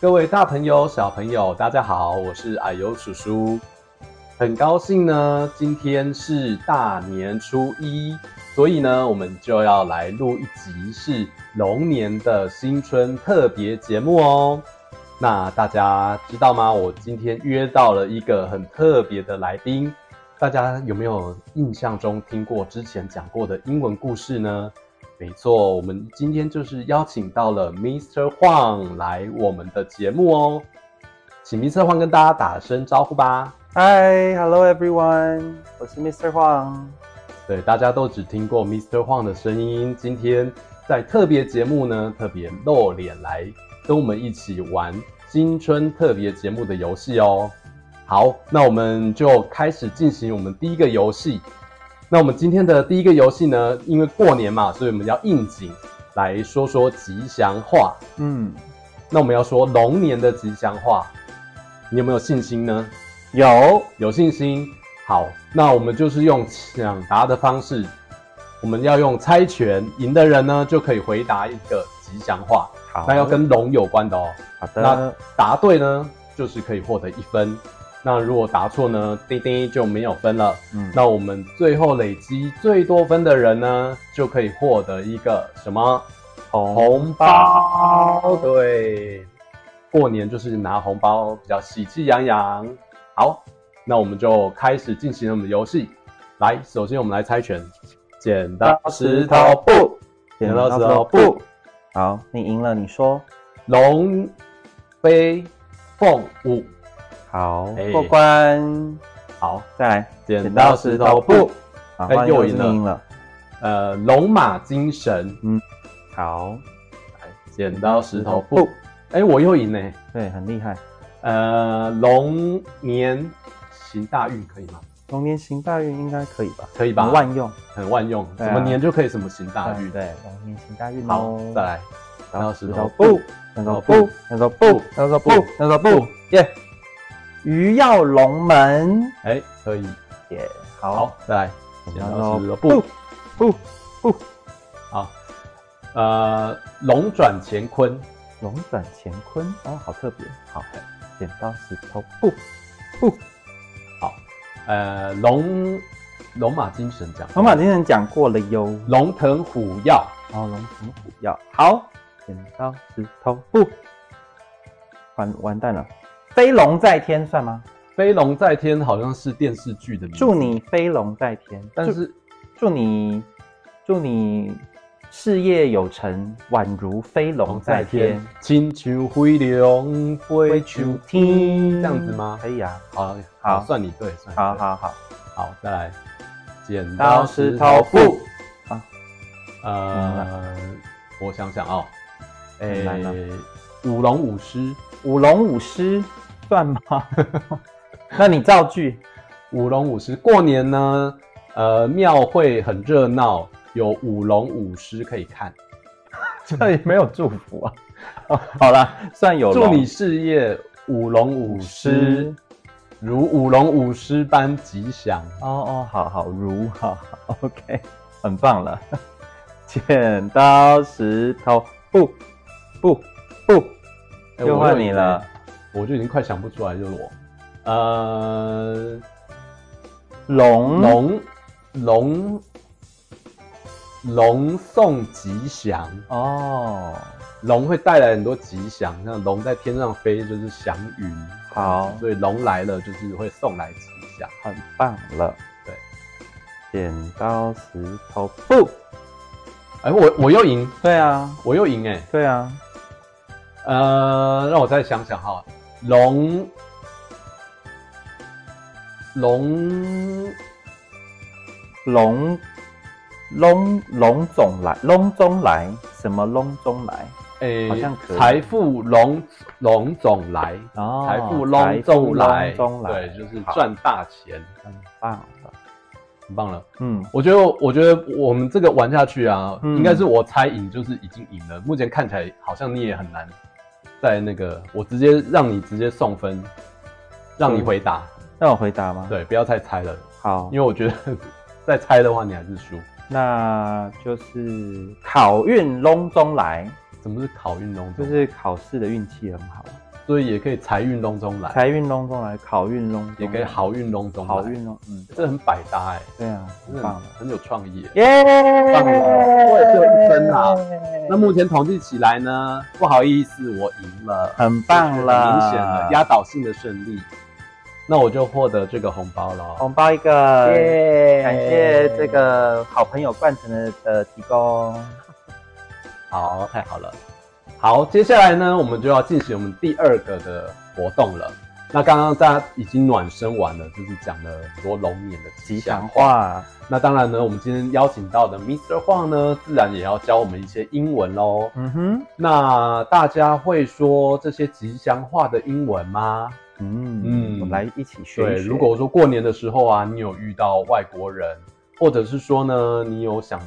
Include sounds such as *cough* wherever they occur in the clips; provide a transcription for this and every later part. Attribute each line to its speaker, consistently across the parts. Speaker 1: 各位大朋友、小朋友，大家好，我是矮油叔叔。很高兴呢，今天是大年初一，所以呢，我们就要来录一集是龙年的新春特别节目哦。那大家知道吗？我今天约到了一个很特别的来宾，大家有没有印象中听过之前讲过的英文故事呢？没错，我们今天就是邀请到了 Mr. Huang 来我们的节目哦，请 Mr. Huang 跟大家打声招呼吧。
Speaker 2: Hi, hello everyone，我是 Mr. Huang。
Speaker 1: 对，大家都只听过 Mr. Huang 的声音，今天在特别节目呢，特别露脸来跟我们一起玩新春特别节目的游戏哦。好，那我们就开始进行我们第一个游戏。那我们今天的第一个游戏呢，因为过年嘛，所以我们要应景来说说吉祥话。
Speaker 2: 嗯，
Speaker 1: 那我们要说龙年的吉祥话，你有没有信心呢？
Speaker 2: 有，
Speaker 1: 有信心。好，那我们就是用抢答的方式，我们要用猜拳，赢的人呢就可以回答一个吉祥话，
Speaker 2: 好，
Speaker 1: 那要跟龙有关的哦。
Speaker 2: 好
Speaker 1: 那
Speaker 2: 的，
Speaker 1: 答对呢，就是可以获得一分。那如果答错呢，滴滴就没有分了。
Speaker 2: 嗯，
Speaker 1: 那我们最后累积最多分的人呢，就可以获得一个什么红包？对，过年就是拿红包比较喜气洋洋。好，那我们就开始进行我们的游戏。来，首先我们来猜拳，剪刀石头布，剪刀石头布，
Speaker 2: 好，你赢了，你说
Speaker 1: 龙飞凤舞。
Speaker 2: 好
Speaker 1: 哎，
Speaker 2: 过关，
Speaker 1: 好，
Speaker 2: 再来，
Speaker 1: 剪刀石头布，，
Speaker 2: 好，
Speaker 1: 哎
Speaker 2: 换
Speaker 1: 又
Speaker 2: 又
Speaker 1: 赢
Speaker 2: 赢
Speaker 1: 了
Speaker 2: 赢了，
Speaker 1: 呃，龙马精神。
Speaker 2: 好，
Speaker 1: 来剪刀石头布，哎、我又赢嘞。
Speaker 2: 对，很厉害，
Speaker 1: 呃，龙年行大运可以吗？
Speaker 2: 龙年行大运应该可以吧？
Speaker 1: 可以吧
Speaker 2: 很万用，
Speaker 1: 很万用，
Speaker 2: 对
Speaker 1: 什
Speaker 2: 啊
Speaker 1: 么年就可以什么行大运。
Speaker 2: 对，龙年行大运
Speaker 1: 好
Speaker 2: 哦，
Speaker 1: 再，来，
Speaker 2: 然
Speaker 1: 然后哦
Speaker 2: 后
Speaker 1: 石
Speaker 2: 石
Speaker 1: 头
Speaker 2: 头
Speaker 1: 布
Speaker 2: 布，石头布，石头布，石头布，石头布，
Speaker 1: 耶，
Speaker 2: 鱼跃龙门，
Speaker 1: 哎，可以，
Speaker 2: 耶，
Speaker 1: 好，，再来，剪
Speaker 2: 剪
Speaker 1: 刀
Speaker 2: 刀
Speaker 1: 石
Speaker 2: 石
Speaker 1: 头
Speaker 2: 头
Speaker 1: 布
Speaker 2: 布，
Speaker 1: 布布，哦好，呃，龙转乾坤，
Speaker 2: 龙转乾坤哦，好特别。好，剪刀石头布布。
Speaker 1: 呃，龙龙马精神奖，
Speaker 2: 龙马精神讲过了哟。
Speaker 1: 龙腾虎跃，
Speaker 2: 哦，龙什么虎要？好，剪刀石头布。完完蛋了，飞龙在天算吗？
Speaker 1: 飞龙在天好像是电视剧的名字，
Speaker 2: 祝你飞龙在天，
Speaker 1: 但是
Speaker 2: 祝祝你祝你事业有成，宛如飞龙在天。，
Speaker 1: 亲像飞龙飞上天，这样子吗？
Speaker 2: 可以啊。
Speaker 1: 好，
Speaker 2: 好
Speaker 1: 好，算你对，算你对
Speaker 2: 好，好好，
Speaker 1: 好，再来，剪刀
Speaker 2: 刀
Speaker 1: 石
Speaker 2: 石
Speaker 1: 头
Speaker 2: 头
Speaker 1: 布
Speaker 2: 布，
Speaker 1: 啊
Speaker 2: 啊，
Speaker 1: 呃，我想想哦，
Speaker 2: 很难啊
Speaker 1: 诶，舞龙舞狮，
Speaker 2: 舞龙舞狮算吗？ *laughs* 那你
Speaker 1: *laughs*
Speaker 2: 造句。
Speaker 1: 舞龙舞狮，过年呢，呃，庙会很热闹，有舞龙舞狮可以看，
Speaker 2: 这也没有祝福啊。 *laughs* 好啦，算有
Speaker 1: 祝
Speaker 2: 龙
Speaker 1: 你事业舞龙舞狮，如舞龙舞狮般吉祥。
Speaker 2: 哦哦，好好如好好，OK，很棒了。 *laughs* 剪刀石头布布布，
Speaker 1: 哎
Speaker 2: 又换你了，
Speaker 1: 我就已经我就已经快想不出来，就是我，呃，
Speaker 2: 龙
Speaker 1: 龙龙龙送吉祥，
Speaker 2: 哦，
Speaker 1: 龙会带来很多吉祥，像龙在天上飞就是祥云，
Speaker 2: 好
Speaker 1: 所以龙来了就是会送来吉祥。
Speaker 2: 很棒了。
Speaker 1: 对，
Speaker 2: 剪刀石头布，
Speaker 1: 哎、我我又赢，
Speaker 2: 对啊，
Speaker 1: 我又赢哎、
Speaker 2: 对啊，
Speaker 1: 呃，让我再想想哈，龙龙
Speaker 2: 隆隆隆总来，隆中来，什么隆中来？
Speaker 1: 诶，
Speaker 2: 好像可以
Speaker 1: 哎财富龙龙总来，
Speaker 2: 哦，
Speaker 1: 财富隆中来，
Speaker 2: 财富隆中来，
Speaker 1: 对，就是赚大钱，
Speaker 2: 很棒的。
Speaker 1: 很棒了。
Speaker 2: 嗯，
Speaker 1: 我觉得我，我觉得我们这个玩下去啊，
Speaker 2: 嗯
Speaker 1: 应该是我猜赢，就是已经赢了。目前看起来好像你也很难在那个，我直接让你直接送分，让你回答，
Speaker 2: 让我回答吗？，
Speaker 1: 对，不要再猜了，
Speaker 2: 好
Speaker 1: 因为，我觉得 *laughs* 再猜的话你还是输。
Speaker 2: 那就是考运隆中来，
Speaker 1: 怎么是考运隆中？
Speaker 2: 就是考试的运气很好，
Speaker 1: 所以也可以财运隆中来，
Speaker 2: 财运隆中来，考运隆中
Speaker 1: 也可以好运隆中来，
Speaker 2: 好运隆，嗯，
Speaker 1: 这很百搭哎、
Speaker 2: 对啊，
Speaker 1: 真
Speaker 2: 很
Speaker 1: 的
Speaker 2: 棒
Speaker 1: 很
Speaker 2: 的，
Speaker 1: 很有创意耶、欸
Speaker 2: 耶！
Speaker 1: 棒了我也只有一分啦那
Speaker 2: 那
Speaker 1: 目前统计起来呢，不好意思，我赢了。
Speaker 2: 很棒了，
Speaker 1: 明显的压倒性的胜利，那我就获得这个红包了。
Speaker 2: 红包一个，
Speaker 1: 耶
Speaker 2: 感谢这个好朋友冠城的的提供。
Speaker 1: 好，太好了。好，接下来呢，我们就要进行我们第二个的活动了。那刚刚大家已经暖身完了，就是讲了很多龙年的吉
Speaker 2: 吉
Speaker 1: 祥
Speaker 2: 祥
Speaker 1: 话。
Speaker 2: 话，
Speaker 1: 那当然呢，我们今天邀请到的 Mr. 晃呢，自然也要教我们一些英文喽。
Speaker 2: 嗯哼，
Speaker 1: 那大家会说这些吉祥话的英文吗？
Speaker 2: 嗯
Speaker 1: 嗯
Speaker 2: 嗯，我们来一起学一
Speaker 1: 对，
Speaker 2: 学。
Speaker 1: 如果说过年的时候啊，你有遇到外国人，或者是说呢，你有想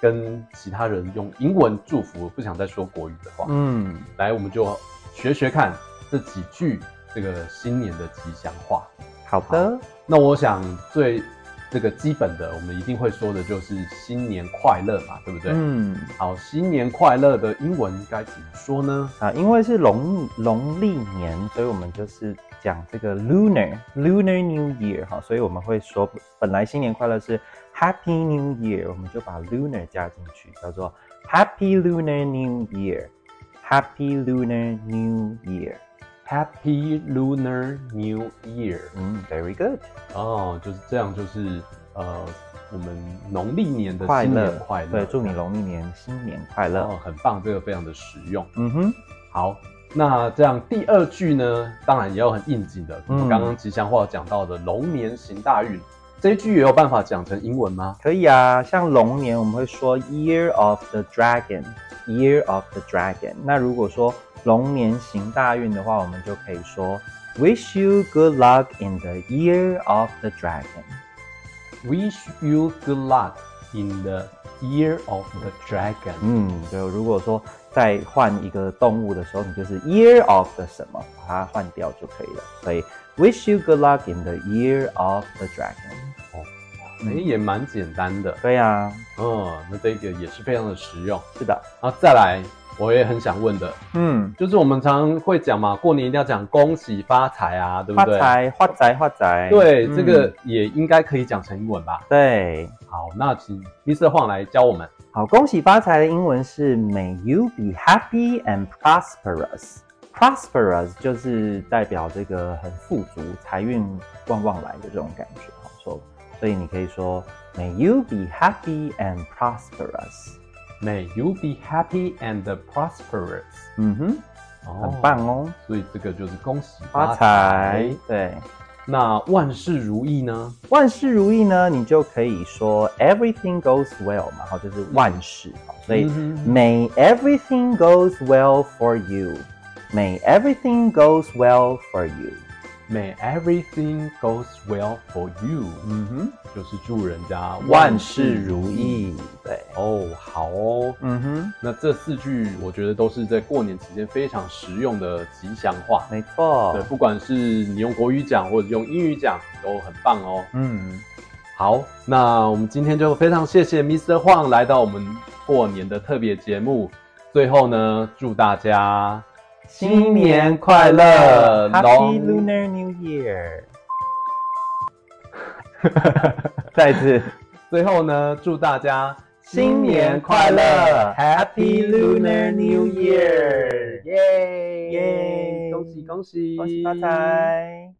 Speaker 1: 跟其他人用英文祝福，不想再说国语的话，
Speaker 2: 嗯，
Speaker 1: 来，我们就学学看这几句这个新年的吉祥话。
Speaker 2: 好的，
Speaker 1: 那我想最这个基本的，我们一定会说的就是新年快乐嘛，对不对？
Speaker 2: 嗯
Speaker 1: 好，新年快乐的英文该怎么说呢？
Speaker 2: 啊，因为是农农历年，所以我们就是讲这个 lunar lunar New Year 哈，所以我们会说，本来新年快乐是 Happy New Year，我们就把 lunar 加进去，叫做 Happy Lunar New Year，Happy Lunar New Year。
Speaker 1: Happy Lunar New Year。
Speaker 2: 嗯，very good。
Speaker 1: 哦，就是这样，就是呃，我们农历年的
Speaker 2: 快
Speaker 1: 新
Speaker 2: 乐
Speaker 1: 年快乐，
Speaker 2: 对，祝你龙历年新年快乐。
Speaker 1: 哦，很棒，这个非常的实用。
Speaker 2: 嗯哼，
Speaker 1: 好，那这样第二句呢，当然也有很应景的，我们
Speaker 2: 嗯
Speaker 1: 刚刚吉祥话讲到的龙年行大运，这一句也有办法讲成英文吗？
Speaker 2: 可以啊。像龙年，我们会说 Year of the Dragon，Year of the Dragon。那如果说龙年行大运的话，我们就可以说 Wish you good luck in the Year of the Dragon。
Speaker 1: Wish you good luck in the year of the dragon。
Speaker 2: 嗯，就如果说再换一个动物的时候，你就是 Year of 的什么，把它换掉就可以了。所以 Wish you good luck in the Year of the Dragon。
Speaker 1: 哎、也蛮简单的，
Speaker 2: 对啊，
Speaker 1: 嗯，那这个也是非常的实用。
Speaker 2: 是的，
Speaker 1: 然后再来，我也很想问的，
Speaker 2: 嗯。
Speaker 1: 就是我们常常会讲嘛，过年一定要讲恭喜发财啊，对不
Speaker 2: 发
Speaker 1: 对？
Speaker 2: 财，发财，发财。
Speaker 1: 对，
Speaker 2: 嗯
Speaker 1: 这个也应该可以讲成英文吧？
Speaker 2: 对。
Speaker 1: 好，那请 Mr. 晃来教我们。
Speaker 2: 好，恭喜发财的英文是 May you be happy and prosperous。Prosperous 就是代表这个很富足、财运旺旺来的这种感觉。好说，所以你可以说 May you be happy and prosperous。
Speaker 1: May you be happy and prosperous。
Speaker 2: 嗯哼，
Speaker 1: 哦
Speaker 2: 很棒哦，
Speaker 1: 所以这个就是恭喜发
Speaker 2: 发财。对，
Speaker 1: 那万事如意呢？
Speaker 2: 万事如意呢，你就可以说 Everything goes well 嘛，好，就是万事。好所以。
Speaker 1: 嗯哼
Speaker 2: May everything goes well for you. May everything goes well for you.
Speaker 1: May everything goes well for you，、
Speaker 2: 嗯哼，
Speaker 1: 就是祝人家
Speaker 2: 万事如。意。对，
Speaker 1: 哦，好哦。
Speaker 2: 嗯哼，
Speaker 1: 那这四句我觉得都是在过年期间非常实用的吉祥话。
Speaker 2: 没错
Speaker 1: 对，。不管是你用国语讲或者用英语讲，都很棒哦。
Speaker 2: 嗯，
Speaker 1: 好，那我们今天就非常谢谢 Mr. Huang 来到我们过年的特别节目。最后呢，祝大家新年快乐，
Speaker 2: Happy
Speaker 1: 龙
Speaker 2: Lunar New Year！再次，
Speaker 1: *laughs* 最后呢，祝大家
Speaker 2: 新年快乐，Happy Lunar New Year！
Speaker 1: 耶
Speaker 2: 耶
Speaker 1: 恭喜恭喜，
Speaker 2: 恭喜发！财！